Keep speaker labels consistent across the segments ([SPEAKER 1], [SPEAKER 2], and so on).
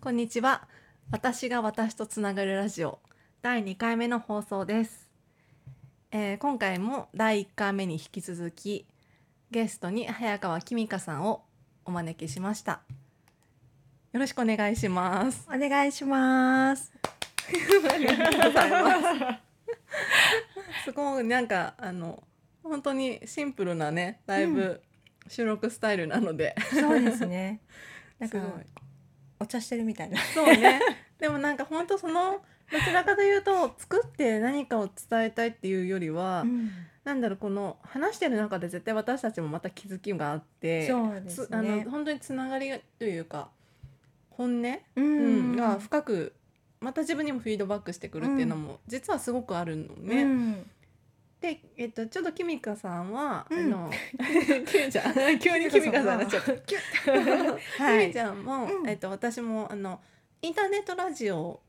[SPEAKER 1] こんにちは。私が私とつながるラジオ第2回目の放送です。えー今回も第1回目に引き続きゲストに早川きみかさんをお招きしました。よろしくお願いします。
[SPEAKER 2] お願いします。
[SPEAKER 1] ありがとうございます。すごいなんかあの本当にシンプルなねだいぶ収録スタイルなので、
[SPEAKER 2] そうです ね。なん
[SPEAKER 1] す
[SPEAKER 2] か
[SPEAKER 1] ごい。
[SPEAKER 2] お茶してるみたいな。
[SPEAKER 1] そうね。 でもなんか本当そのどちらかというと作って何かを伝えたいっていうよりは、なんだろうこの話してる中で絶対私たちもまた気づきがあって、
[SPEAKER 2] そうで
[SPEAKER 1] つ
[SPEAKER 2] す
[SPEAKER 1] あの
[SPEAKER 2] ね。
[SPEAKER 1] 本当につながりというか本音、
[SPEAKER 2] う
[SPEAKER 1] うんが深くまた自分にもフィードバックしてくるっていうのも実はすごくあるのね。
[SPEAKER 2] うん
[SPEAKER 1] で、えっと、ちょっときみかさんは、
[SPEAKER 2] うん
[SPEAKER 1] あの 急じ ゃん急にきみかさんになっちゃった。
[SPEAKER 2] は
[SPEAKER 1] きみ
[SPEAKER 2] い
[SPEAKER 1] ち。ゃんも、
[SPEAKER 2] うん
[SPEAKER 1] えっと、私もあのインターネットラジオ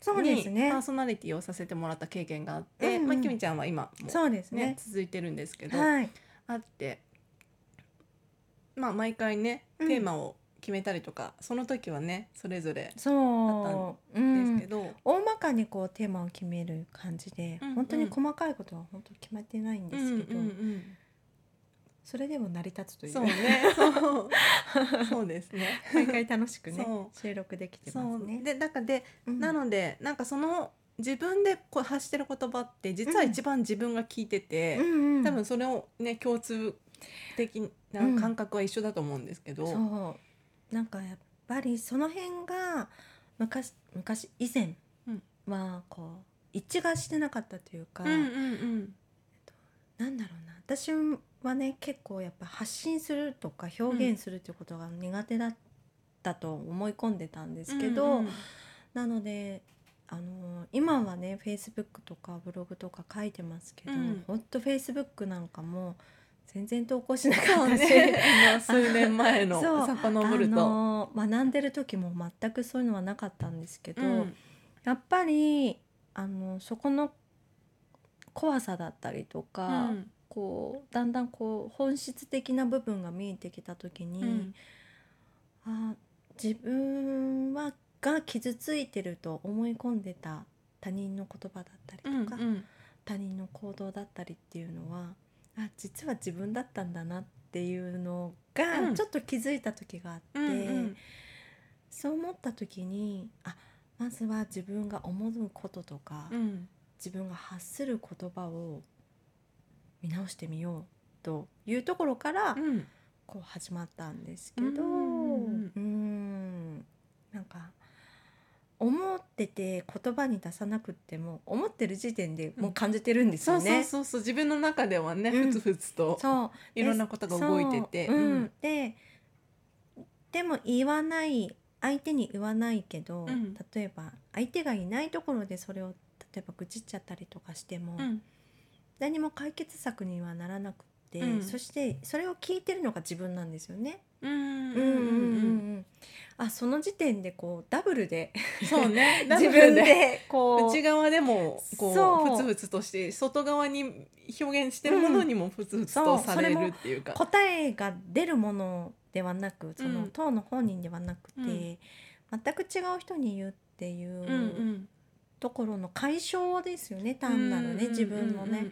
[SPEAKER 2] そうで
[SPEAKER 1] に
[SPEAKER 2] す
[SPEAKER 1] パ
[SPEAKER 2] ね
[SPEAKER 1] ー。ソナリティをさせてもらった経験があって、
[SPEAKER 2] うんうん
[SPEAKER 1] まあ、きみちゃんは今も、
[SPEAKER 2] そうです
[SPEAKER 1] ね
[SPEAKER 2] ね。
[SPEAKER 1] 続いてるんですけど、
[SPEAKER 2] はい。
[SPEAKER 1] あって、まあ、毎回ねテ
[SPEAKER 2] うん
[SPEAKER 1] ーマを決めたりとか、その時はねそれぞれ
[SPEAKER 2] そう。う
[SPEAKER 1] ですけ
[SPEAKER 2] ん。
[SPEAKER 1] ど、
[SPEAKER 2] 大まかにこうテーマを決める感じで、
[SPEAKER 1] うんうん
[SPEAKER 2] 本当に細かいことは本当決まってないんで
[SPEAKER 1] うんうんう
[SPEAKER 2] すけど、
[SPEAKER 1] ん
[SPEAKER 2] それでも成り立つという。
[SPEAKER 1] そうねそうそうですね。
[SPEAKER 2] 毎回楽しくね
[SPEAKER 1] そ
[SPEAKER 2] 収録できてま
[SPEAKER 1] そ
[SPEAKER 2] す
[SPEAKER 1] う
[SPEAKER 2] ね。
[SPEAKER 1] でだからで、
[SPEAKER 2] うん
[SPEAKER 1] なのでなんかその自分でこう発してる言葉って実は一番自分が聞いてて。
[SPEAKER 2] うんうん
[SPEAKER 1] 多分それをね共通的な感覚は一緒だと思うんですけど、
[SPEAKER 2] そうなんかやっぱりその辺が昔昔以前
[SPEAKER 1] うん
[SPEAKER 2] はこう一致がしてなかったというか、
[SPEAKER 1] うんうん
[SPEAKER 2] なんだろうな私はね結構やっぱ発信するとか表現するということが苦手だったと思い込んでたんで
[SPEAKER 1] です
[SPEAKER 2] けど、なのであの今はねフェイスブックとかブログとか書いてますけど、
[SPEAKER 1] うん
[SPEAKER 2] ほんとフェイスブックなんかも全然投稿しなか
[SPEAKER 1] そ
[SPEAKER 2] っ
[SPEAKER 1] う
[SPEAKER 2] たし、
[SPEAKER 1] ね今数年前の
[SPEAKER 2] そう
[SPEAKER 1] 遡る
[SPEAKER 2] あ
[SPEAKER 1] と。
[SPEAKER 2] のー学んでる時も全くそういうのはなかったんですけど、
[SPEAKER 1] うん
[SPEAKER 2] やっぱりあのそこの怖さだったりとか、
[SPEAKER 1] うん
[SPEAKER 2] こうだんだんこう本質的な部分が見えてきた時に、
[SPEAKER 1] うん
[SPEAKER 2] あ自分はが傷ついてると思い込んでた他人の言葉だったりと
[SPEAKER 1] う
[SPEAKER 2] か、
[SPEAKER 1] んうん
[SPEAKER 2] 他人の行動だったりっていうのはあ実は自分だったんだなっていうの
[SPEAKER 1] う
[SPEAKER 2] が
[SPEAKER 1] ん
[SPEAKER 2] ちょっと気づいた時があって、
[SPEAKER 1] うんうん
[SPEAKER 2] そう思った時にあまずは自分が思うこととか、
[SPEAKER 1] うん
[SPEAKER 2] 自分が発する言葉を見直してみようというところから
[SPEAKER 1] うん
[SPEAKER 2] こう始まったんですけどう
[SPEAKER 1] うんうんうん
[SPEAKER 2] ーんなんか思ってて言葉に出さなくっても思ってる時点でもう感じてるんです
[SPEAKER 1] そ
[SPEAKER 2] よ
[SPEAKER 1] うそう
[SPEAKER 2] ね。
[SPEAKER 1] そうそう自分の中ではね、
[SPEAKER 2] うん
[SPEAKER 1] ふつふつと
[SPEAKER 2] そう
[SPEAKER 1] いろんなことが動いてて、
[SPEAKER 2] そううん、ででも言わない相手に言わないけど、
[SPEAKER 1] うん
[SPEAKER 2] 例えば相手がいないところでそれを例えば愚痴っちゃったりとかしても、
[SPEAKER 1] うん
[SPEAKER 2] 何も解決策にはならなくって、
[SPEAKER 1] うん
[SPEAKER 2] そしてそれを聞いてるのが自分なんですよね。
[SPEAKER 1] うん
[SPEAKER 2] うんうんうんあその時点でこうダブルで
[SPEAKER 1] うんそう ね
[SPEAKER 2] 自分
[SPEAKER 1] なの
[SPEAKER 2] でこう
[SPEAKER 1] 内側でもこ
[SPEAKER 2] そう
[SPEAKER 1] うふつふつとして外側に表現してるものにもふつふつと
[SPEAKER 2] そう
[SPEAKER 1] さ
[SPEAKER 2] それ
[SPEAKER 1] れ
[SPEAKER 2] も
[SPEAKER 1] るっていうか。
[SPEAKER 2] 答えが出るものではなくその、
[SPEAKER 1] うん
[SPEAKER 2] 当の本人ではなくて、
[SPEAKER 1] うん
[SPEAKER 2] 全く違う人に言うっていうう、
[SPEAKER 1] んうん
[SPEAKER 2] ところの解消ですよね単なるね自分のね、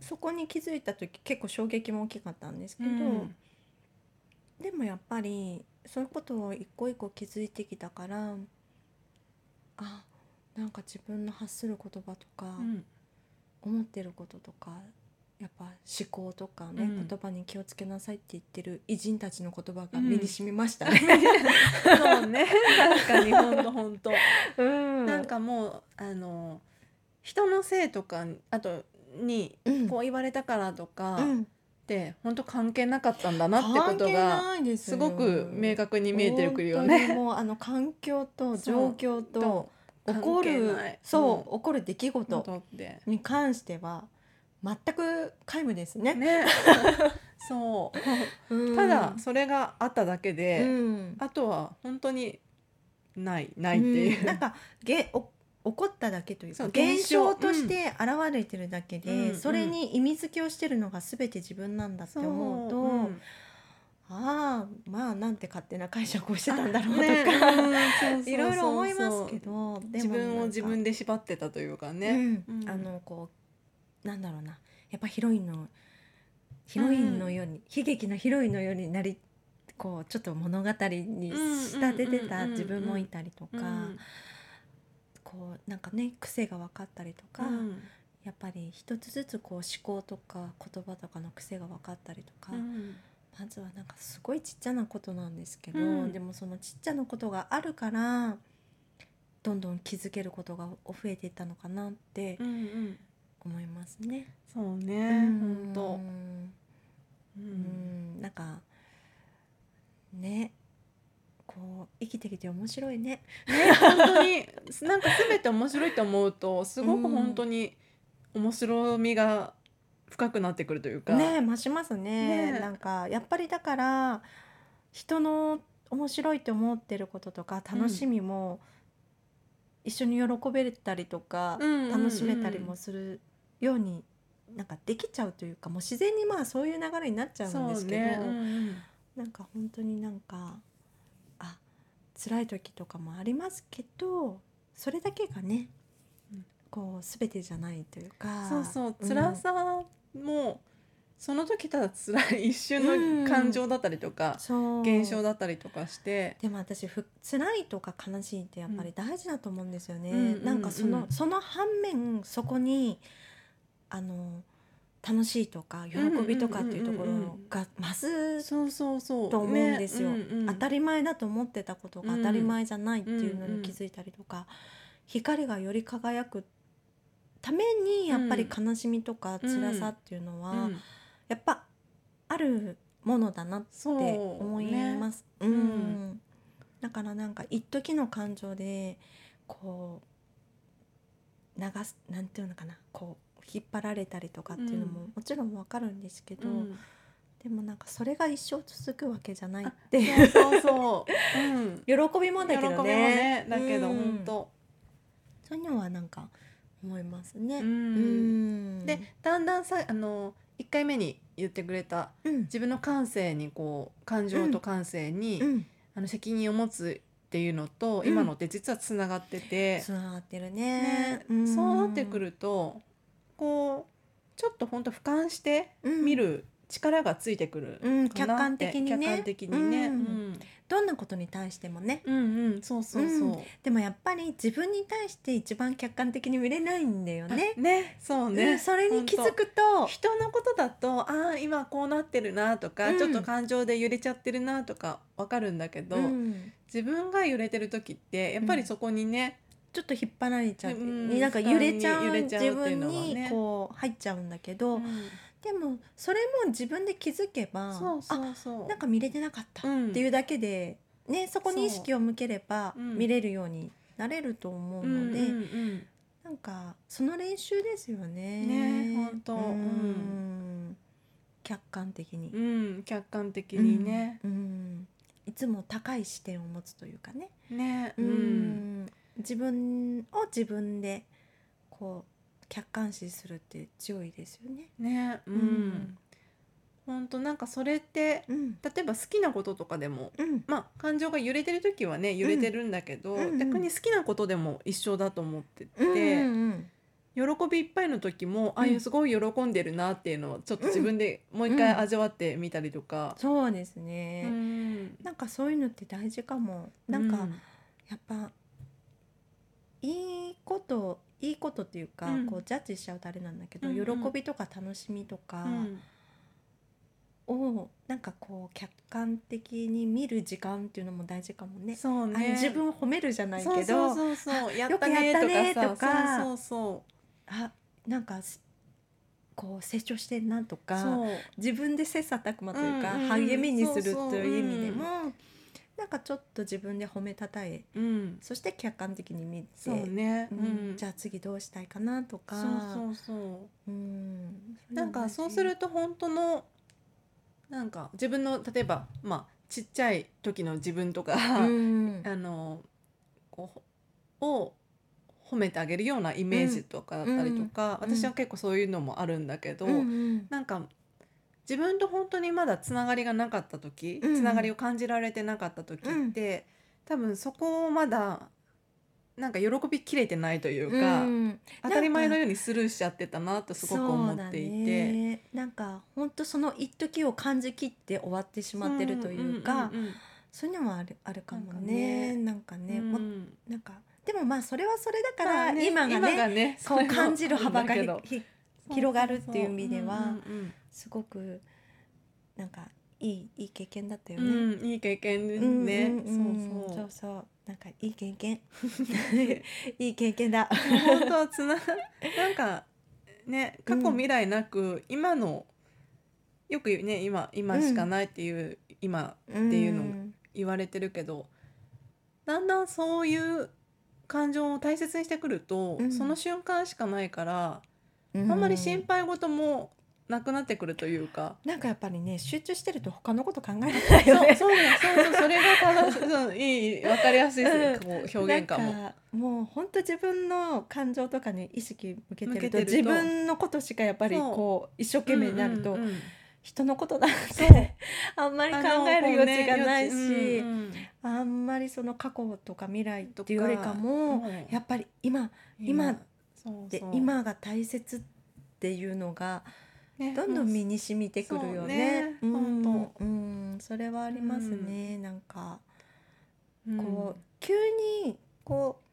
[SPEAKER 2] そこに気づいた時結構衝撃も大きかったんですけ
[SPEAKER 1] う
[SPEAKER 2] ど、
[SPEAKER 1] んうんうんうん
[SPEAKER 2] でもやっぱりそういうことを一個一個気づいてきたからあなんか自分の発する言葉とか、
[SPEAKER 1] うん
[SPEAKER 2] 思ってることとかやっぱ思考とかね、
[SPEAKER 1] うん
[SPEAKER 2] 言葉に気をつけなさいって言ってる偉人たちの言葉が
[SPEAKER 1] うん
[SPEAKER 2] 身に染みま したね。
[SPEAKER 1] そうね確かに本当本
[SPEAKER 2] う
[SPEAKER 1] 当
[SPEAKER 2] ん
[SPEAKER 1] なんかもうあの人のせいとかあとに
[SPEAKER 2] うん
[SPEAKER 1] こう言われたからとか
[SPEAKER 2] う
[SPEAKER 1] っ
[SPEAKER 2] ん
[SPEAKER 1] て本当関係なかったんだなってこ
[SPEAKER 2] 関
[SPEAKER 1] と
[SPEAKER 2] 係
[SPEAKER 1] が
[SPEAKER 2] ないです
[SPEAKER 1] す
[SPEAKER 2] よ
[SPEAKER 1] ごく明確に見えてくるよ
[SPEAKER 2] 本当
[SPEAKER 1] ね。
[SPEAKER 2] にもうあの環境と
[SPEAKER 1] そう
[SPEAKER 2] 状況
[SPEAKER 1] と
[SPEAKER 2] と起
[SPEAKER 1] 関
[SPEAKER 2] こ
[SPEAKER 1] 係
[SPEAKER 2] る
[SPEAKER 1] ない
[SPEAKER 2] そう、
[SPEAKER 1] う
[SPEAKER 2] 起こる出来
[SPEAKER 1] と
[SPEAKER 2] 事
[SPEAKER 1] とって
[SPEAKER 2] に関しては全く皆無ですね。
[SPEAKER 1] ねそう
[SPEAKER 2] うん
[SPEAKER 1] ただそれがあっただけ
[SPEAKER 2] う
[SPEAKER 1] で、
[SPEAKER 2] ん、
[SPEAKER 1] あとは本当にないないっていう。
[SPEAKER 2] うんなんかげお起こっただけという
[SPEAKER 1] そ
[SPEAKER 2] か
[SPEAKER 1] う
[SPEAKER 2] 現象
[SPEAKER 1] 現象
[SPEAKER 2] として現れてるだけで、
[SPEAKER 1] うん
[SPEAKER 2] それに意味付けをしてるのが全て自分なんだって
[SPEAKER 1] そう
[SPEAKER 2] 思うと、
[SPEAKER 1] うん
[SPEAKER 2] ああまあはなんて勝手な解釈をしてたんだろうとか、
[SPEAKER 1] ねうんそうそうそうそう
[SPEAKER 2] いろいろ思いますけどでも
[SPEAKER 1] 自分
[SPEAKER 2] なん
[SPEAKER 1] を
[SPEAKER 2] か
[SPEAKER 1] 自分で縛ってたというかね、
[SPEAKER 2] うん
[SPEAKER 1] うん
[SPEAKER 2] あのこうなんだろうなやっぱヒロインのヒロインのように、悲劇のヒロインのようになりこうちょっと物語に仕立てて
[SPEAKER 1] うんうんうんうんう
[SPEAKER 2] た
[SPEAKER 1] ん
[SPEAKER 2] 自分もいたりとか、
[SPEAKER 1] うん
[SPEAKER 2] こうなんかね癖が分かったりとか、
[SPEAKER 1] うん
[SPEAKER 2] やっぱり一つずつこう思考とか言葉とかの癖が分かったりとか、
[SPEAKER 1] うん
[SPEAKER 2] まずはなんかすごいちっちゃなことなんですけど、
[SPEAKER 1] うん
[SPEAKER 2] でもそのちっちゃなことがあるからどんどん気づけることが増えていったのかなって
[SPEAKER 1] うんうん
[SPEAKER 2] 思いますね。
[SPEAKER 1] そうね本当、う
[SPEAKER 2] うんんなんかねこう生きてきて面白いね。
[SPEAKER 1] ね本当になんか全て面白いと思うとすごく本当に面白みが深くなってくるというか、
[SPEAKER 2] ね増しますね
[SPEAKER 1] ね
[SPEAKER 2] なんかやっぱりだから人の面白いって思ってることとか楽しみも一緒に喜べたりとか、
[SPEAKER 1] うんうんうん
[SPEAKER 2] 楽しめたりもするようになんかできちゃうというかもう自然にまあそういう流れになっちゃうん
[SPEAKER 1] そ
[SPEAKER 2] で
[SPEAKER 1] う
[SPEAKER 2] すけど、
[SPEAKER 1] ね、うんうん
[SPEAKER 2] なんか本当になんかあ辛い時とかもありますけどそれだけがね、
[SPEAKER 1] うん
[SPEAKER 2] こう全てじゃないというか
[SPEAKER 1] そうそう
[SPEAKER 2] うん
[SPEAKER 1] 辛さも、その時ただ辛い一瞬の感情だったりとか、
[SPEAKER 2] そう
[SPEAKER 1] 現象だったりとかして、
[SPEAKER 2] でも私ふ辛いとか悲しいってやっぱり大事だと思うんですよね。
[SPEAKER 1] うんうんうんうん
[SPEAKER 2] なんかそのその反面そこにあの楽しいとか喜びとかっていうとこ
[SPEAKER 1] うんうんうんうん
[SPEAKER 2] ろ
[SPEAKER 1] うん
[SPEAKER 2] が増す
[SPEAKER 1] そうそうそう
[SPEAKER 2] と思うんですよ。
[SPEAKER 1] ねうんうん
[SPEAKER 2] 当たり前だと思ってたことが当たり前じゃないっていうのに気づいたりとか、光がより輝くためにやっぱり悲しみとか辛さっていうのは、
[SPEAKER 1] うん
[SPEAKER 2] やっぱあるものだなって
[SPEAKER 1] そう、
[SPEAKER 2] って思いますす。う
[SPEAKER 1] うん
[SPEAKER 2] ん、だからなんか一時の感情でこう流すなんていうのかなこう引っ張られたりとかっていうのも
[SPEAKER 1] うん
[SPEAKER 2] もちろんわかるんですけど、
[SPEAKER 1] うん
[SPEAKER 2] でもなんかそれが一生続くわけじゃないっ
[SPEAKER 1] そ
[SPEAKER 2] ていう
[SPEAKER 1] うそうそう、うん、
[SPEAKER 2] 喜びもだけどね
[SPEAKER 1] 喜びもねだけど
[SPEAKER 2] うん
[SPEAKER 1] 本当、
[SPEAKER 2] そういうのはなんか思いますね。
[SPEAKER 1] う
[SPEAKER 2] うんん
[SPEAKER 1] でだんだんさあの1回目に言ってくれた
[SPEAKER 2] うん
[SPEAKER 1] 自分の感性にこう感情と感性に、
[SPEAKER 2] うん
[SPEAKER 1] あの責任を持つっていうのと、今のって実はつながってて、
[SPEAKER 2] つながってる
[SPEAKER 1] ね
[SPEAKER 2] ね。ん
[SPEAKER 1] そうなってくるとこうちょっと本当俯瞰して
[SPEAKER 2] うん
[SPEAKER 1] 見る力がついてくるか
[SPEAKER 2] うん
[SPEAKER 1] なって、
[SPEAKER 2] 客観的にね
[SPEAKER 1] 客観的にね、う
[SPEAKER 2] うん
[SPEAKER 1] ん
[SPEAKER 2] どんなことに対してもね
[SPEAKER 1] うんうんそうそうそう、
[SPEAKER 2] うんでもやっぱり自分に対して一番客観的に見れないんだよね。
[SPEAKER 1] ねそうね、
[SPEAKER 2] うんそれに気づくと、
[SPEAKER 1] 人のことだとああ今こうなってるなとか、
[SPEAKER 2] うん
[SPEAKER 1] ちょっと感情で揺れちゃってるなとかわかるんだけど、
[SPEAKER 2] うん
[SPEAKER 1] 自分が揺れてる時ってやっぱりそこにね、
[SPEAKER 2] ちょっと引っ張られちゃう、
[SPEAKER 1] うん
[SPEAKER 2] なんか揺れちゃう
[SPEAKER 1] 負担に揺れちゃうってい
[SPEAKER 2] 自
[SPEAKER 1] うのはね
[SPEAKER 2] 分にこう入っちゃうんだけど、でもそれも自分で気づけば
[SPEAKER 1] そうそうそう
[SPEAKER 2] あなんか見れてなかったっ
[SPEAKER 1] うん
[SPEAKER 2] ていうだけで、ね、そこに意識を向ければ
[SPEAKER 1] そううん
[SPEAKER 2] 見れるようになれると思うので、
[SPEAKER 1] うんうんうん
[SPEAKER 2] なんかその練習ですよね。
[SPEAKER 1] ねほんと
[SPEAKER 2] うん
[SPEAKER 1] うん
[SPEAKER 2] 客観的に。
[SPEAKER 1] うん客観的にね、
[SPEAKER 2] うんうんいつも高い視点を持つというかね、
[SPEAKER 1] ねう、
[SPEAKER 2] うんん自分を自分でこう客観視するって強いですよね。
[SPEAKER 1] ねうん、
[SPEAKER 2] うん
[SPEAKER 1] ほんとなんかそれって
[SPEAKER 2] うん
[SPEAKER 1] 例えば好きなこととかでも
[SPEAKER 2] うん
[SPEAKER 1] まあ感情が揺れてる時はね揺れてるんだけど、
[SPEAKER 2] うんうんうん
[SPEAKER 1] 逆に好きなことでも一緒だと思ってて、
[SPEAKER 2] うんうん
[SPEAKER 1] 喜びいっぱいの時も、あ
[SPEAKER 2] うん
[SPEAKER 1] いやすごい喜んでるなっていうのをちょっと自分でもう一回
[SPEAKER 2] うん
[SPEAKER 1] 味わってみたりとか、
[SPEAKER 2] そうですね、
[SPEAKER 1] うん
[SPEAKER 2] なんかそういうのって大事かも。なんかやっぱいいこといいことっていうか、
[SPEAKER 1] うん
[SPEAKER 2] こうジャッジしちゃうとあれなんだけど、
[SPEAKER 1] うんうん
[SPEAKER 2] 喜びとか楽しみとか。
[SPEAKER 1] うん
[SPEAKER 2] をなんかこう客観的に見る時間っていうのも大事かもね。
[SPEAKER 1] そう
[SPEAKER 2] あの
[SPEAKER 1] ね
[SPEAKER 2] 自分を褒めるじゃないけど
[SPEAKER 1] そうそうそうそうや
[SPEAKER 2] よ
[SPEAKER 1] った
[SPEAKER 2] くや
[SPEAKER 1] ね
[SPEAKER 2] ったね
[SPEAKER 1] と
[SPEAKER 2] と
[SPEAKER 1] かさ
[SPEAKER 2] か
[SPEAKER 1] そうそ
[SPEAKER 2] あなんかすこう成長してんなと
[SPEAKER 1] うそう
[SPEAKER 2] か
[SPEAKER 1] そう
[SPEAKER 2] 自分で切磋琢磨というか、
[SPEAKER 1] うんうん
[SPEAKER 2] 励みにする
[SPEAKER 1] そうそう
[SPEAKER 2] という意味でも、なんかちょっと自分で褒めたたえ
[SPEAKER 1] うん
[SPEAKER 2] そして客観的に見て
[SPEAKER 1] そうね
[SPEAKER 2] う
[SPEAKER 1] うんん
[SPEAKER 2] じゃあ次どうしたいかなとか
[SPEAKER 1] そうそうそ
[SPEAKER 2] う
[SPEAKER 1] う
[SPEAKER 2] ん
[SPEAKER 1] なんかそうすると本当のなんか自分の例えばまあちっちゃい時の自分とか、
[SPEAKER 2] とうん
[SPEAKER 1] あのこうを褒めてあげるようなイメージとかだったりとか、
[SPEAKER 2] うんうん
[SPEAKER 1] 私は結構そういうのもあるんだけど、
[SPEAKER 2] うんうん
[SPEAKER 1] なんか自分と本当にまだつながりがなかった時、
[SPEAKER 2] うん
[SPEAKER 1] つながりを感じられてなかった時って、多分そこをまだなんか喜びきれてないというか、
[SPEAKER 2] うん
[SPEAKER 1] 当たり前
[SPEAKER 2] なんか
[SPEAKER 1] のようにスルーしちゃってたなとすごく思っていて。
[SPEAKER 2] そうだね、なんか本当その一時を感じきって終わってしまってるというか、
[SPEAKER 1] んんうん
[SPEAKER 2] そういうのはあるあるかもねなんかね
[SPEAKER 1] うん
[SPEAKER 2] もなんかでもまあそれはそれだから、
[SPEAKER 1] まあね
[SPEAKER 2] 今がね
[SPEAKER 1] そ
[SPEAKER 2] こ
[SPEAKER 1] れ
[SPEAKER 2] う
[SPEAKER 1] も
[SPEAKER 2] 感じる幅が
[SPEAKER 1] あ
[SPEAKER 2] ひ
[SPEAKER 1] んだけど
[SPEAKER 2] ひ広がるっていう意味では
[SPEAKER 1] そうそうそう
[SPEAKER 2] すごくなんかいいいい経験だったよ
[SPEAKER 1] うんうん
[SPEAKER 2] ね。
[SPEAKER 1] うんいい経験です
[SPEAKER 2] うん
[SPEAKER 1] ね、
[SPEAKER 2] うんうんそ
[SPEAKER 1] そうそ
[SPEAKER 2] う
[SPEAKER 1] う
[SPEAKER 2] そうなんかいい経 験いい経験だ。
[SPEAKER 1] 本当はつななんかね過
[SPEAKER 2] う
[SPEAKER 1] 去
[SPEAKER 2] ん
[SPEAKER 1] 未来なく、今のよくね今今しかないっていう、今
[SPEAKER 2] って
[SPEAKER 1] いうのも言われてるけどだんだんそういう感情を大切にしてくると、
[SPEAKER 2] うん
[SPEAKER 1] その瞬間しかないから、
[SPEAKER 2] うん
[SPEAKER 1] あんまり心配事もなくなってくるというか。
[SPEAKER 2] なんかやっぱりね集中してると他のこと考えられないよ ね。
[SPEAKER 1] そうそうそうそうそれが正しいそういいわかりやすいです、こう表現かも。
[SPEAKER 2] なんかもう本当自分の感情とかに意識向けてると
[SPEAKER 1] 向けてる
[SPEAKER 2] 自
[SPEAKER 1] と
[SPEAKER 2] 分のことしかやっぱりこう一生懸命になると、
[SPEAKER 1] うんうんうん
[SPEAKER 2] 人のことなん
[SPEAKER 1] そう
[SPEAKER 2] て あんまり考える余地がないし、
[SPEAKER 1] うんうん
[SPEAKER 2] あんまりその過去とか未来っていうよりかも
[SPEAKER 1] うん
[SPEAKER 2] やっぱり今今
[SPEAKER 1] そう
[SPEAKER 2] で
[SPEAKER 1] そう
[SPEAKER 2] 今が大切っていうのが
[SPEAKER 1] ね
[SPEAKER 2] どんどん身
[SPEAKER 1] も
[SPEAKER 2] に染みてくるよね。
[SPEAKER 1] そうね
[SPEAKER 2] うん
[SPEAKER 1] 本
[SPEAKER 2] うんそれはありますね、なんか。
[SPEAKER 1] う
[SPEAKER 2] こう急にこう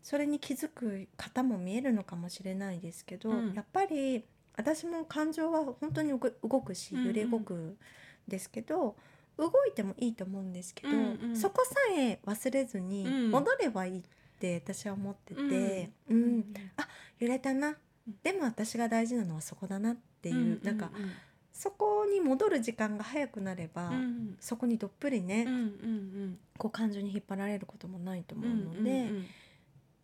[SPEAKER 2] それに気づく方も見えるのかもしれないですけど、
[SPEAKER 1] うん
[SPEAKER 2] やっぱり私も感情は本当に動く動くし
[SPEAKER 1] うんうん
[SPEAKER 2] 揺れ動くんですけど、動いてもいいと思うんですけど、
[SPEAKER 1] うんうん
[SPEAKER 2] そこさえ忘れずに
[SPEAKER 1] うん
[SPEAKER 2] 戻ればいいって私は思ってて、うん
[SPEAKER 1] うん
[SPEAKER 2] 揺れたなでも私が大事なのはそこだなっていう、なんかそこに戻る時間が早くなれば、
[SPEAKER 1] うんうん
[SPEAKER 2] そこにどっぷりね、
[SPEAKER 1] うんうん
[SPEAKER 2] こう感情に引っ張られることもないと
[SPEAKER 1] うん
[SPEAKER 2] 思うので、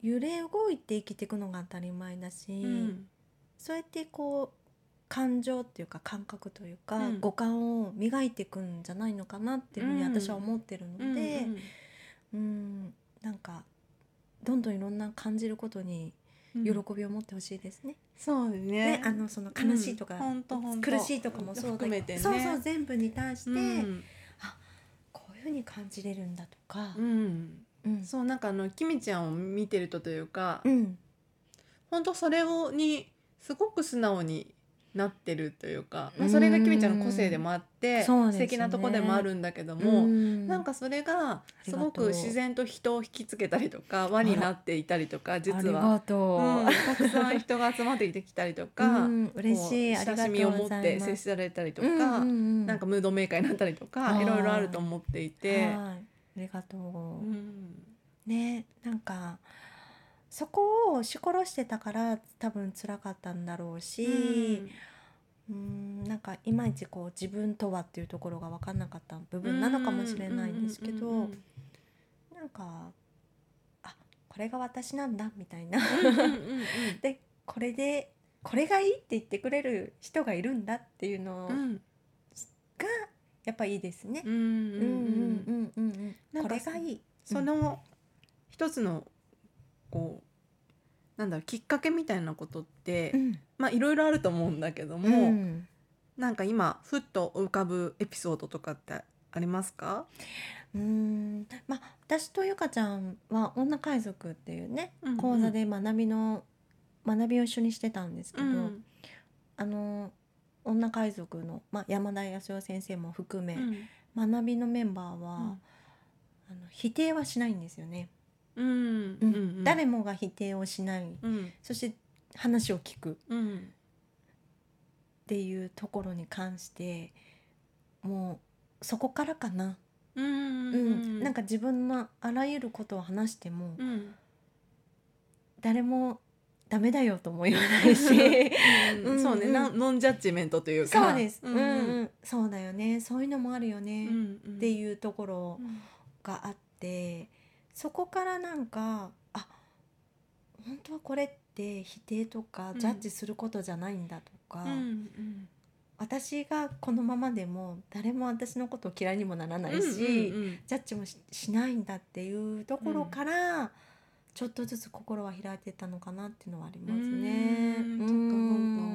[SPEAKER 2] 揺れ動いて生きていくのが当たり前だし、
[SPEAKER 1] うんうん
[SPEAKER 2] そうやってこう感情っていうか感覚というか、
[SPEAKER 1] うん
[SPEAKER 2] 五感を磨いていくんじゃないのかなっていうふうに私は思ってるの
[SPEAKER 1] うんうん
[SPEAKER 2] で、うんなんかどんどんいろんな感じることに
[SPEAKER 1] うん
[SPEAKER 2] 喜びを持ってほしいですね。
[SPEAKER 1] そうですね
[SPEAKER 2] ね、あのその悲しいとか、
[SPEAKER 1] うんほんとほんと
[SPEAKER 2] 苦しいとかもそうだけど
[SPEAKER 1] 含めてね
[SPEAKER 2] そうそう全部に対して、
[SPEAKER 1] うん
[SPEAKER 2] こういうふうに感じれるんだとか、
[SPEAKER 1] うん
[SPEAKER 2] うん
[SPEAKER 1] そうなんかあのきみちゃんを見てるとというか
[SPEAKER 2] うん
[SPEAKER 1] 本当それをにすごく素直になってるというか、まあ、それがきみちゃんの個性でもあって、
[SPEAKER 2] うんそうです
[SPEAKER 1] 素
[SPEAKER 2] ね
[SPEAKER 1] 敵なとこでもあるんだけども、
[SPEAKER 2] ん
[SPEAKER 1] なんかそれが
[SPEAKER 2] り
[SPEAKER 1] す
[SPEAKER 2] がとう
[SPEAKER 1] ごく自然と人を引きつけたりとか輪になっていたりとか
[SPEAKER 2] あ
[SPEAKER 1] 実
[SPEAKER 2] り
[SPEAKER 1] は、
[SPEAKER 2] がとう、
[SPEAKER 1] うん、たくさん人が集まってきたりとか、
[SPEAKER 2] うん、嬉しい
[SPEAKER 1] こ
[SPEAKER 2] あ
[SPEAKER 1] う
[SPEAKER 2] りが
[SPEAKER 1] 親
[SPEAKER 2] と
[SPEAKER 1] しみを
[SPEAKER 2] う
[SPEAKER 1] 持
[SPEAKER 2] ご
[SPEAKER 1] っ
[SPEAKER 2] ざい
[SPEAKER 1] て
[SPEAKER 2] ま
[SPEAKER 1] 接
[SPEAKER 2] す
[SPEAKER 1] されたりと
[SPEAKER 2] と
[SPEAKER 1] か、
[SPEAKER 2] うんうんうん、
[SPEAKER 1] なんかムードメーカーになったりと
[SPEAKER 2] あ
[SPEAKER 1] か
[SPEAKER 2] ー
[SPEAKER 1] いろいろあると思っていて。
[SPEAKER 2] はいありがとう、
[SPEAKER 1] うん
[SPEAKER 2] ねなんかそこを押し殺してたから多分辛かったんだろうし、うん、なんかいまいちこう自分とはっていうところが分かんなかった部分なのかもしれないんですけど、
[SPEAKER 1] うんうん
[SPEAKER 2] なんかあこれが私なんだみたいな
[SPEAKER 1] うんうんうん
[SPEAKER 2] でこれでこれがいいって言ってくれる人がいるんだっていうの
[SPEAKER 1] うんうん
[SPEAKER 2] がやっぱいいですね
[SPEAKER 1] う。ん
[SPEAKER 2] う
[SPEAKER 1] う
[SPEAKER 2] うん
[SPEAKER 1] んんうん
[SPEAKER 2] うんうんう。
[SPEAKER 1] なん
[SPEAKER 2] こ
[SPEAKER 1] んか
[SPEAKER 2] れがいい。
[SPEAKER 1] その一つのこうなんだろうきっかけみたいなことって、
[SPEAKER 2] うん
[SPEAKER 1] まあいろいろあると思うんだけども、
[SPEAKER 2] うん
[SPEAKER 1] なんか今ふっと浮かぶエピソードとかってありますか？
[SPEAKER 2] うんまあ私とゆかちゃんは女海賊っていうね
[SPEAKER 1] うんうん
[SPEAKER 2] 講座で学びの学びを一緒にしてたんですけど、あの女海賊の、まあ、山田康夫先生も含め、学びのメンバーは、あの否定はしないんですよね、
[SPEAKER 1] う
[SPEAKER 2] う
[SPEAKER 1] んうんんうん
[SPEAKER 2] 誰もが否定をしない
[SPEAKER 1] うん
[SPEAKER 2] そして話を聞くっ
[SPEAKER 1] うん
[SPEAKER 2] ていうところに関してもうそこからかなう
[SPEAKER 1] う
[SPEAKER 2] んん、なんか自分のあらゆることを話しても
[SPEAKER 1] うん
[SPEAKER 2] 誰もダメだよとも言わないし
[SPEAKER 1] うんそうね、
[SPEAKER 2] うん
[SPEAKER 1] なノンジャッジメントという か
[SPEAKER 2] そうです、うん
[SPEAKER 1] う
[SPEAKER 2] うんん、そうだよねそういうのもあるよ
[SPEAKER 1] う
[SPEAKER 2] ね、っ
[SPEAKER 1] んうん
[SPEAKER 2] ていうところ
[SPEAKER 1] うん
[SPEAKER 2] があってそこからなんかあ本当はこれって否定とか
[SPEAKER 1] うん
[SPEAKER 2] ジャッジすることじゃないんだとか、
[SPEAKER 1] うん
[SPEAKER 2] 私がこのままでも誰も私のことを嫌いにもなら
[SPEAKER 1] う
[SPEAKER 2] なんいし、
[SPEAKER 1] うんうん
[SPEAKER 2] ジャッジもししないんだっていうところから、ちょっとずつ心は開いてったのかなっていうのはありますね
[SPEAKER 1] ね。
[SPEAKER 2] う
[SPEAKER 1] そっかそっか
[SPEAKER 2] ん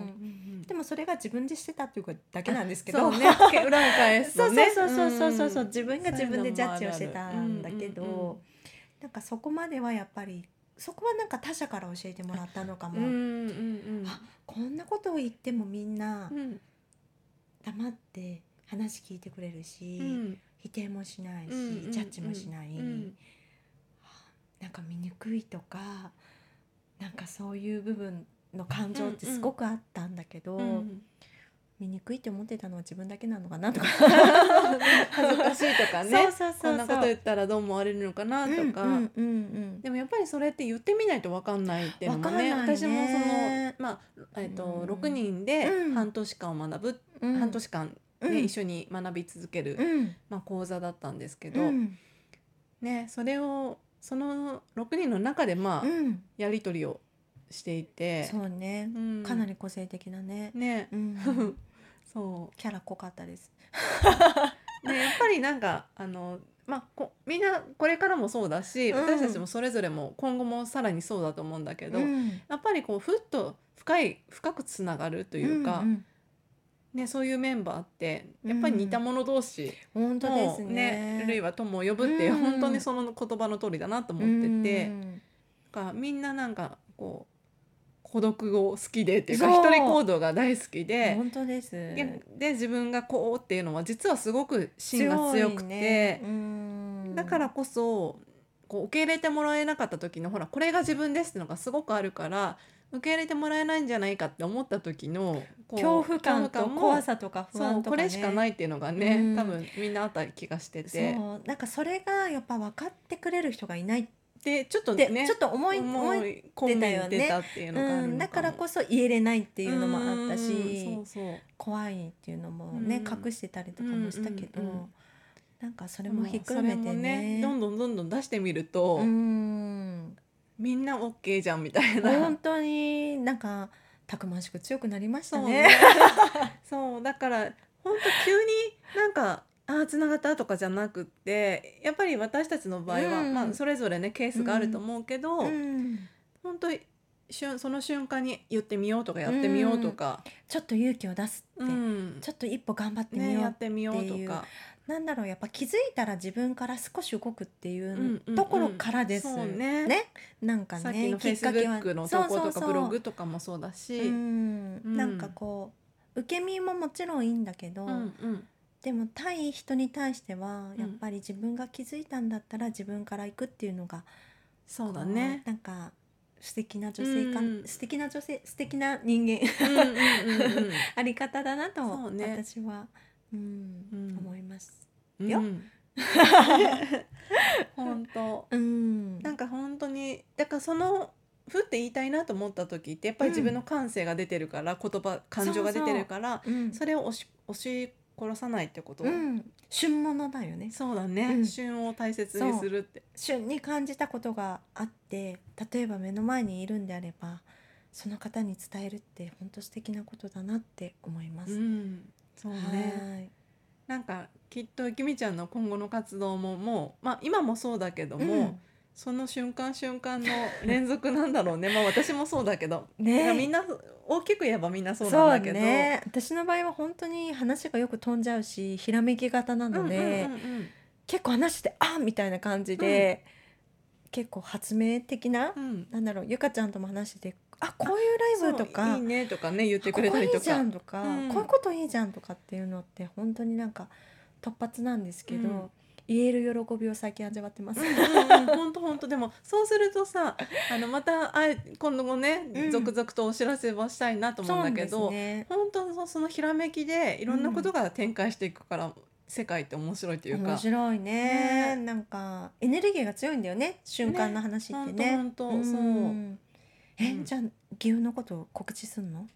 [SPEAKER 2] で
[SPEAKER 1] でも
[SPEAKER 2] もそれが自分でしてたっていうかだけなんですけ
[SPEAKER 1] そ
[SPEAKER 2] ど
[SPEAKER 1] うね裏を返す
[SPEAKER 2] そう
[SPEAKER 1] とね
[SPEAKER 2] そうそうそうそうそう、
[SPEAKER 1] ん
[SPEAKER 2] 自分が自分でジャッジをしてたんだけど、
[SPEAKER 1] そういうのも
[SPEAKER 2] なんかそこまではやっぱりそこはなんか他者から教えてもらったのか
[SPEAKER 1] あ
[SPEAKER 2] も、
[SPEAKER 1] るうんうん
[SPEAKER 2] あこんなことを言ってもみんな
[SPEAKER 1] うん
[SPEAKER 2] 黙って話聞いてくれるし、
[SPEAKER 1] うん
[SPEAKER 2] 否定もしないし、
[SPEAKER 1] うん
[SPEAKER 2] ジャッジもしない、
[SPEAKER 1] うん
[SPEAKER 2] なんか醜いとかなんかそういう部分の感情ってすごくあったんだけど、
[SPEAKER 1] うん
[SPEAKER 2] 醜いって思ってたのは自分だけなのかなとか
[SPEAKER 1] 恥ずかしいとか ね
[SPEAKER 2] そうそうそうそう
[SPEAKER 1] こんなこと言ったらどう思われるのかなとか、
[SPEAKER 2] うんうんうんうん
[SPEAKER 1] でもやっぱりそれって言ってみないと分かんないっていうのもね
[SPEAKER 2] わかんないね
[SPEAKER 1] 私もそのまあ、えっ
[SPEAKER 2] う
[SPEAKER 1] と
[SPEAKER 2] ん
[SPEAKER 1] 6人で
[SPEAKER 2] うん
[SPEAKER 1] 半年間を学ぶ、
[SPEAKER 2] うん
[SPEAKER 1] 半年間、ね
[SPEAKER 2] うん
[SPEAKER 1] 一緒に学び続ける、
[SPEAKER 2] うん
[SPEAKER 1] まあ、講座だったんですけど、
[SPEAKER 2] うん
[SPEAKER 1] ね、それをその6人の中でまあ、
[SPEAKER 2] うん
[SPEAKER 1] やり取りをしていて、
[SPEAKER 2] そうね、
[SPEAKER 1] うん
[SPEAKER 2] かなり個性的だね、
[SPEAKER 1] ね、
[SPEAKER 2] うん
[SPEAKER 1] そ
[SPEAKER 2] キャラ濃かったです
[SPEAKER 1] うねやっぱりなんかあのまあこみんなこれからもそうだし、
[SPEAKER 2] うん
[SPEAKER 1] 私たちもそれぞれも今後もさらにそうだと思うんだけど、
[SPEAKER 2] うん
[SPEAKER 1] やっぱりこうふっと深い深くつながるというか、
[SPEAKER 2] んん
[SPEAKER 1] ね、そういうメンバーってやっぱり似た者同士、
[SPEAKER 2] 本当で
[SPEAKER 1] も
[SPEAKER 2] す
[SPEAKER 1] う
[SPEAKER 2] ね
[SPEAKER 1] ね類は友を呼ぶって、
[SPEAKER 2] うん
[SPEAKER 1] 本当にその言葉の通りだなと思ってて、
[SPEAKER 2] うん
[SPEAKER 1] なんかみんななんかこう孤独を好きでっていうか
[SPEAKER 2] そう
[SPEAKER 1] 一人行動が大好きで。
[SPEAKER 2] 本当です
[SPEAKER 1] でで自分がこうっていうのは実はすごく芯が強くて
[SPEAKER 2] いねうん
[SPEAKER 1] だからこそこう受け入れてもらえなかった時のほらこれが自分ですってのがすごくあるから受け入れてもらえないんじゃないかって思った時のこう
[SPEAKER 2] 恐怖感と
[SPEAKER 1] 恐怖
[SPEAKER 2] 怖さとか不
[SPEAKER 1] そう
[SPEAKER 2] 安と
[SPEAKER 1] こ
[SPEAKER 2] か、ね、
[SPEAKER 1] れしかないっていうのがね、
[SPEAKER 2] うん
[SPEAKER 1] 多分みんなあった気がしてて
[SPEAKER 2] そうなんかそれがやっぱ分かってくれる人がいないっ
[SPEAKER 1] でちょっと
[SPEAKER 2] て、
[SPEAKER 1] ね
[SPEAKER 2] ちょっと思い思
[SPEAKER 1] 思
[SPEAKER 2] い、
[SPEAKER 1] い込んで出たっていうのがあるのかも、
[SPEAKER 2] うん、だからこそ言えれないって
[SPEAKER 1] そ
[SPEAKER 2] いうのもあったし、
[SPEAKER 1] そうそう
[SPEAKER 2] 怖いっていうのもね、
[SPEAKER 1] うん
[SPEAKER 2] 隠してたりとかもしたけど、
[SPEAKER 1] うんうんうん
[SPEAKER 2] なんかそ
[SPEAKER 1] で
[SPEAKER 2] れもひっくるめて
[SPEAKER 1] それも
[SPEAKER 2] ね
[SPEAKER 1] どんどんどんどん出してみると、
[SPEAKER 2] うん
[SPEAKER 1] みんな OK じゃんみたいな
[SPEAKER 2] 本。当になんかたくましく強くなりまし
[SPEAKER 1] そ
[SPEAKER 2] た
[SPEAKER 1] う
[SPEAKER 2] ね
[SPEAKER 1] ね。 そうだから本当急になんかあー繋がったとかじゃなくってやっぱり私たちの場合は、
[SPEAKER 2] うん
[SPEAKER 1] まあ、それぞれねケースがあると思うけど、
[SPEAKER 2] うん
[SPEAKER 1] 本当に瞬その瞬間に言ってみようとかやってみようとか、
[SPEAKER 2] ちょっと勇気を出すって、
[SPEAKER 1] うん
[SPEAKER 2] ちょっと一歩頑張ってみ
[SPEAKER 1] ね、
[SPEAKER 2] よう
[SPEAKER 1] や
[SPEAKER 2] っ
[SPEAKER 1] ってみよう
[SPEAKER 2] って
[SPEAKER 1] と
[SPEAKER 2] いう
[SPEAKER 1] か
[SPEAKER 2] なんだろうやっぱ気づいたら自分から少し動くってい
[SPEAKER 1] んうん
[SPEAKER 2] う
[SPEAKER 1] うん
[SPEAKER 2] ところからです、
[SPEAKER 1] そうね
[SPEAKER 2] なんかね
[SPEAKER 1] さっきのフェイスブックの投稿とかブログとかもそうだし。
[SPEAKER 2] う
[SPEAKER 1] うん
[SPEAKER 2] ん
[SPEAKER 1] うん
[SPEAKER 2] なんかこう受け身ももちろんいいんだけど、
[SPEAKER 1] うん
[SPEAKER 2] でも対人に対しては
[SPEAKER 1] うん
[SPEAKER 2] やっぱり自分が気づいたんだったら自分から行くっていうのが、
[SPEAKER 1] そうだね
[SPEAKER 2] こうなんか素敵な女性か、
[SPEAKER 1] うん
[SPEAKER 2] 素敵な女性素敵な人間
[SPEAKER 1] うんうんうん
[SPEAKER 2] あり方だなと
[SPEAKER 1] そうね
[SPEAKER 2] 私は、うん
[SPEAKER 1] うん
[SPEAKER 2] 思います。
[SPEAKER 1] うん
[SPEAKER 2] よ
[SPEAKER 1] うん本当
[SPEAKER 2] うん、
[SPEAKER 1] なんか本当にだからそのふって言いたいなと思った時ってやっぱり自分の感性が出てるから、言葉感情が出てるから
[SPEAKER 2] うん
[SPEAKER 1] それを押し押し殺さないってこと、
[SPEAKER 2] うん、旬物だよね
[SPEAKER 1] そうだね、
[SPEAKER 2] うん
[SPEAKER 1] 旬を大切にするって
[SPEAKER 2] 旬に感じたことがあって例えば目の前にいるんであればその方に伝えるって本当素敵なことだなって思いま
[SPEAKER 1] う
[SPEAKER 2] す。
[SPEAKER 1] んそう
[SPEAKER 2] はー
[SPEAKER 1] ね
[SPEAKER 2] い
[SPEAKER 1] なんかきっときみちゃんの今後の活動ももう、まあ、今もそうだけども、その瞬間瞬間の連続なんだろうねまあ私もそうだけど、
[SPEAKER 2] うん、ね
[SPEAKER 1] だからみんな大きく言えばみんなそうなんだけど。
[SPEAKER 2] そうね、私の場合は本当に話がよく飛んじゃうしひらめき型な
[SPEAKER 1] うんう
[SPEAKER 2] の
[SPEAKER 1] ん
[SPEAKER 2] で、
[SPEAKER 1] うん
[SPEAKER 2] 結構話してあみたいな感じで、結構発明的な、
[SPEAKER 1] うんうん
[SPEAKER 2] なんだろうゆかちゃんとも話しててあこういうライブと
[SPEAKER 1] そう
[SPEAKER 2] か
[SPEAKER 1] いいねとかね言ってくれたり
[SPEAKER 2] ここい
[SPEAKER 1] と
[SPEAKER 2] いじゃ
[SPEAKER 1] か
[SPEAKER 2] んとか、
[SPEAKER 1] うん
[SPEAKER 2] こういうこといいじゃんとかっていうのって本当になんか突発なんですけど、
[SPEAKER 1] うん
[SPEAKER 2] 言える喜びを最近味わってます。
[SPEAKER 1] 本当本当でもそうするとさあのまたあえ今度もね、
[SPEAKER 2] うん
[SPEAKER 1] 続々とお知らせはしたいなと思うんだけ
[SPEAKER 2] そう
[SPEAKER 1] ど、
[SPEAKER 2] なんで
[SPEAKER 1] 本当そそのひらめきでいろんなことが展開していくから、世界って面白いとい
[SPEAKER 2] すね
[SPEAKER 1] う
[SPEAKER 2] 面
[SPEAKER 1] か。
[SPEAKER 2] 白いね
[SPEAKER 1] ね
[SPEAKER 2] なんかエネルギーが強いんだよね瞬間の話って
[SPEAKER 1] 本当
[SPEAKER 2] ね
[SPEAKER 1] 本当
[SPEAKER 2] ん
[SPEAKER 1] そう
[SPEAKER 2] え、
[SPEAKER 1] うん
[SPEAKER 2] じゃあ牛のこと告知すんの？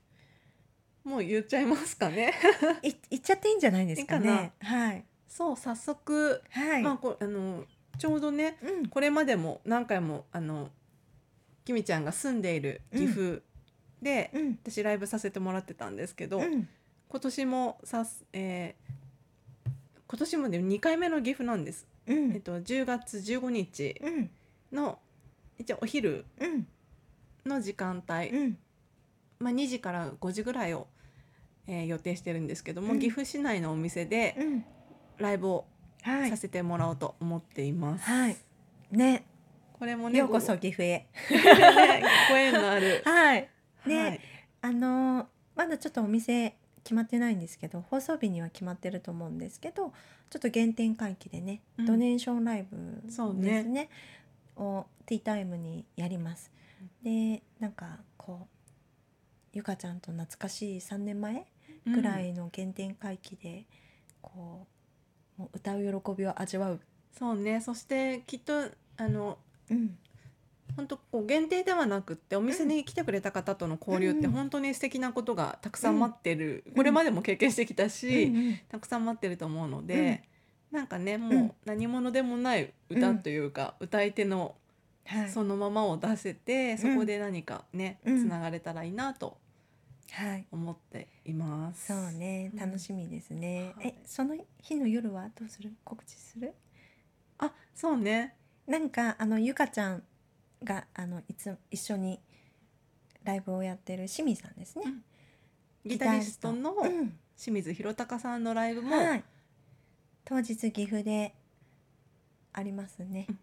[SPEAKER 1] もう言っちゃいますかね。
[SPEAKER 2] い言っちゃっていいんじゃないですかね。はい
[SPEAKER 1] そう早速、
[SPEAKER 2] はい。
[SPEAKER 1] まあこあのちょうどね
[SPEAKER 2] うん
[SPEAKER 1] これまでも何回もあのきみちゃんが住んでいる岐阜で、
[SPEAKER 2] うん
[SPEAKER 1] 私ライブさせてもらってたんですけど、
[SPEAKER 2] うん
[SPEAKER 1] 今年もさす、えー今年もね2回目の岐阜なんです、
[SPEAKER 2] う
[SPEAKER 1] えっ
[SPEAKER 2] ん
[SPEAKER 1] と、10月15日
[SPEAKER 2] うん
[SPEAKER 1] の、一応お昼
[SPEAKER 2] うん
[SPEAKER 1] の時間帯、
[SPEAKER 2] うん
[SPEAKER 1] まあ、2時から5時ぐらいを、えー予定してるんですけど
[SPEAKER 2] う
[SPEAKER 1] も、
[SPEAKER 2] ん
[SPEAKER 1] 岐阜市内のお店で
[SPEAKER 2] うん
[SPEAKER 1] ライブを
[SPEAKER 2] は
[SPEAKER 1] さ
[SPEAKER 2] い
[SPEAKER 1] せてもらおうと思っています。
[SPEAKER 2] はいね
[SPEAKER 1] これもね
[SPEAKER 2] ようこそ
[SPEAKER 1] ご
[SPEAKER 2] 岐阜へ
[SPEAKER 1] ねご縁のある、
[SPEAKER 2] はい ね
[SPEAKER 1] はい
[SPEAKER 2] あのーまだちょっとお店決まってないんですけど放送日には決まってると思うんですけどちょっと原点回帰でね、
[SPEAKER 1] うん
[SPEAKER 2] ドネーションライブです
[SPEAKER 1] そう
[SPEAKER 2] ね
[SPEAKER 1] ね
[SPEAKER 2] をティータイムにやります。でなんかこうゆかちゃんと懐かしい3年前ぐら
[SPEAKER 1] うん
[SPEAKER 2] いの原点回帰で、こうもう歌う喜びを味わう、
[SPEAKER 1] そうねそしてきっとあの
[SPEAKER 2] うん、
[SPEAKER 1] 本当こう限定ではなくってお店に来てくれた方との交流って
[SPEAKER 2] うん
[SPEAKER 1] 本当に素敵なことがたくさん待ってる、
[SPEAKER 2] ん
[SPEAKER 1] これまでも経験してきたし、
[SPEAKER 2] うんうん
[SPEAKER 1] たくさん待ってると思うので、なんかねもう何者でもない歌というか、歌い手の
[SPEAKER 2] はい
[SPEAKER 1] そのままを出せて、そこで何かねつ
[SPEAKER 2] うん
[SPEAKER 1] ながれたらいいなと
[SPEAKER 2] はい
[SPEAKER 1] 思っています。
[SPEAKER 2] そうね
[SPEAKER 1] うん
[SPEAKER 2] 楽しみですね、
[SPEAKER 1] はい
[SPEAKER 2] えその日の夜はどうする告知する
[SPEAKER 1] あそうね
[SPEAKER 2] なんかあのゆかちゃんがあのいつ一緒にライブをやってる清水さんですね、
[SPEAKER 1] ギタリストの
[SPEAKER 2] うん
[SPEAKER 1] 清水宏隆さんのライブも、
[SPEAKER 2] はい、当日岐阜でありますね、
[SPEAKER 1] うん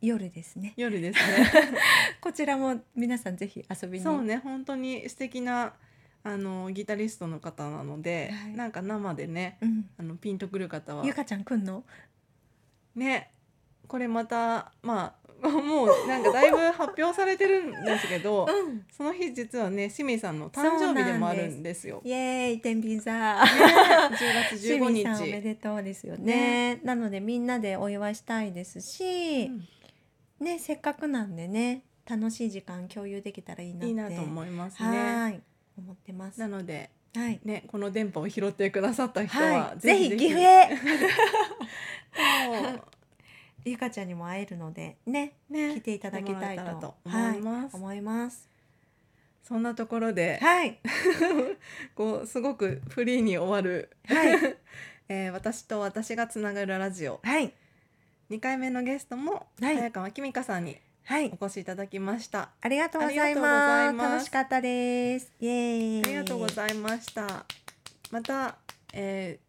[SPEAKER 2] 夜ですね
[SPEAKER 1] 夜ですね。
[SPEAKER 2] こちらも皆さんぜひ遊びに
[SPEAKER 1] そうね本当に素敵なあのギタリストの方なので、
[SPEAKER 2] はい
[SPEAKER 1] なんか生でね
[SPEAKER 2] うん、
[SPEAKER 1] あのピンとくる方は
[SPEAKER 2] ゆかちゃん来んの
[SPEAKER 1] ねこれまたまあ もうなんかだいぶ発表されてるんですけど、
[SPEAKER 2] うん
[SPEAKER 1] その日実はね清水さんの誕生日でもあるんですよ。
[SPEAKER 2] イエーイ天秤座
[SPEAKER 1] ね、10月
[SPEAKER 2] 清水さんおめ
[SPEAKER 1] 15日。
[SPEAKER 2] でとうですよねなのでみんなでお祝いしたいですし、
[SPEAKER 1] うん
[SPEAKER 2] ねせっかくなんでね楽しい時間共有できたらいいなって
[SPEAKER 1] いいなと思います
[SPEAKER 2] は
[SPEAKER 1] ね。
[SPEAKER 2] ーい思ってます
[SPEAKER 1] なので
[SPEAKER 2] はい
[SPEAKER 1] ねこの電波を拾ってくださった人は、
[SPEAKER 2] はいぜひ岐阜へ
[SPEAKER 1] も
[SPEAKER 2] ゆかちゃんにも会えるのでね
[SPEAKER 1] うね
[SPEAKER 2] 来ていただきたい
[SPEAKER 1] 来てもらえ
[SPEAKER 2] と
[SPEAKER 1] らと思います。
[SPEAKER 2] はい、思います
[SPEAKER 1] そんなところで、
[SPEAKER 2] はい
[SPEAKER 1] こうすごくフリーに終わる、
[SPEAKER 2] はい
[SPEAKER 1] えー私と私がつながるラジオ
[SPEAKER 2] はい
[SPEAKER 1] 2回目のゲストも、
[SPEAKER 2] はい
[SPEAKER 1] 早川きみかさんに
[SPEAKER 2] はい
[SPEAKER 1] お越しいただきました。
[SPEAKER 2] ありがとうご
[SPEAKER 1] あ
[SPEAKER 2] ざ
[SPEAKER 1] り
[SPEAKER 2] い
[SPEAKER 1] がとうござ
[SPEAKER 2] ま
[SPEAKER 1] い
[SPEAKER 2] す
[SPEAKER 1] ます
[SPEAKER 2] 楽しかったですイエーイ
[SPEAKER 1] ありがとうございました。また、えー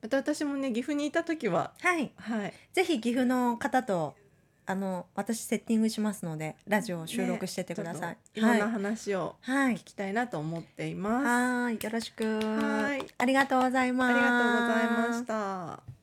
[SPEAKER 1] また私もね岐阜にいた時は、
[SPEAKER 2] はい
[SPEAKER 1] はい、
[SPEAKER 2] ぜひ岐阜の方とあの私セッティングしますのでラジオを収録しててください、
[SPEAKER 1] ちょっといろんな話を
[SPEAKER 2] はい
[SPEAKER 1] 聞きたいなと思っています。
[SPEAKER 2] はいよろしく
[SPEAKER 1] はい
[SPEAKER 2] ありがとうございます
[SPEAKER 1] ありがとうございました。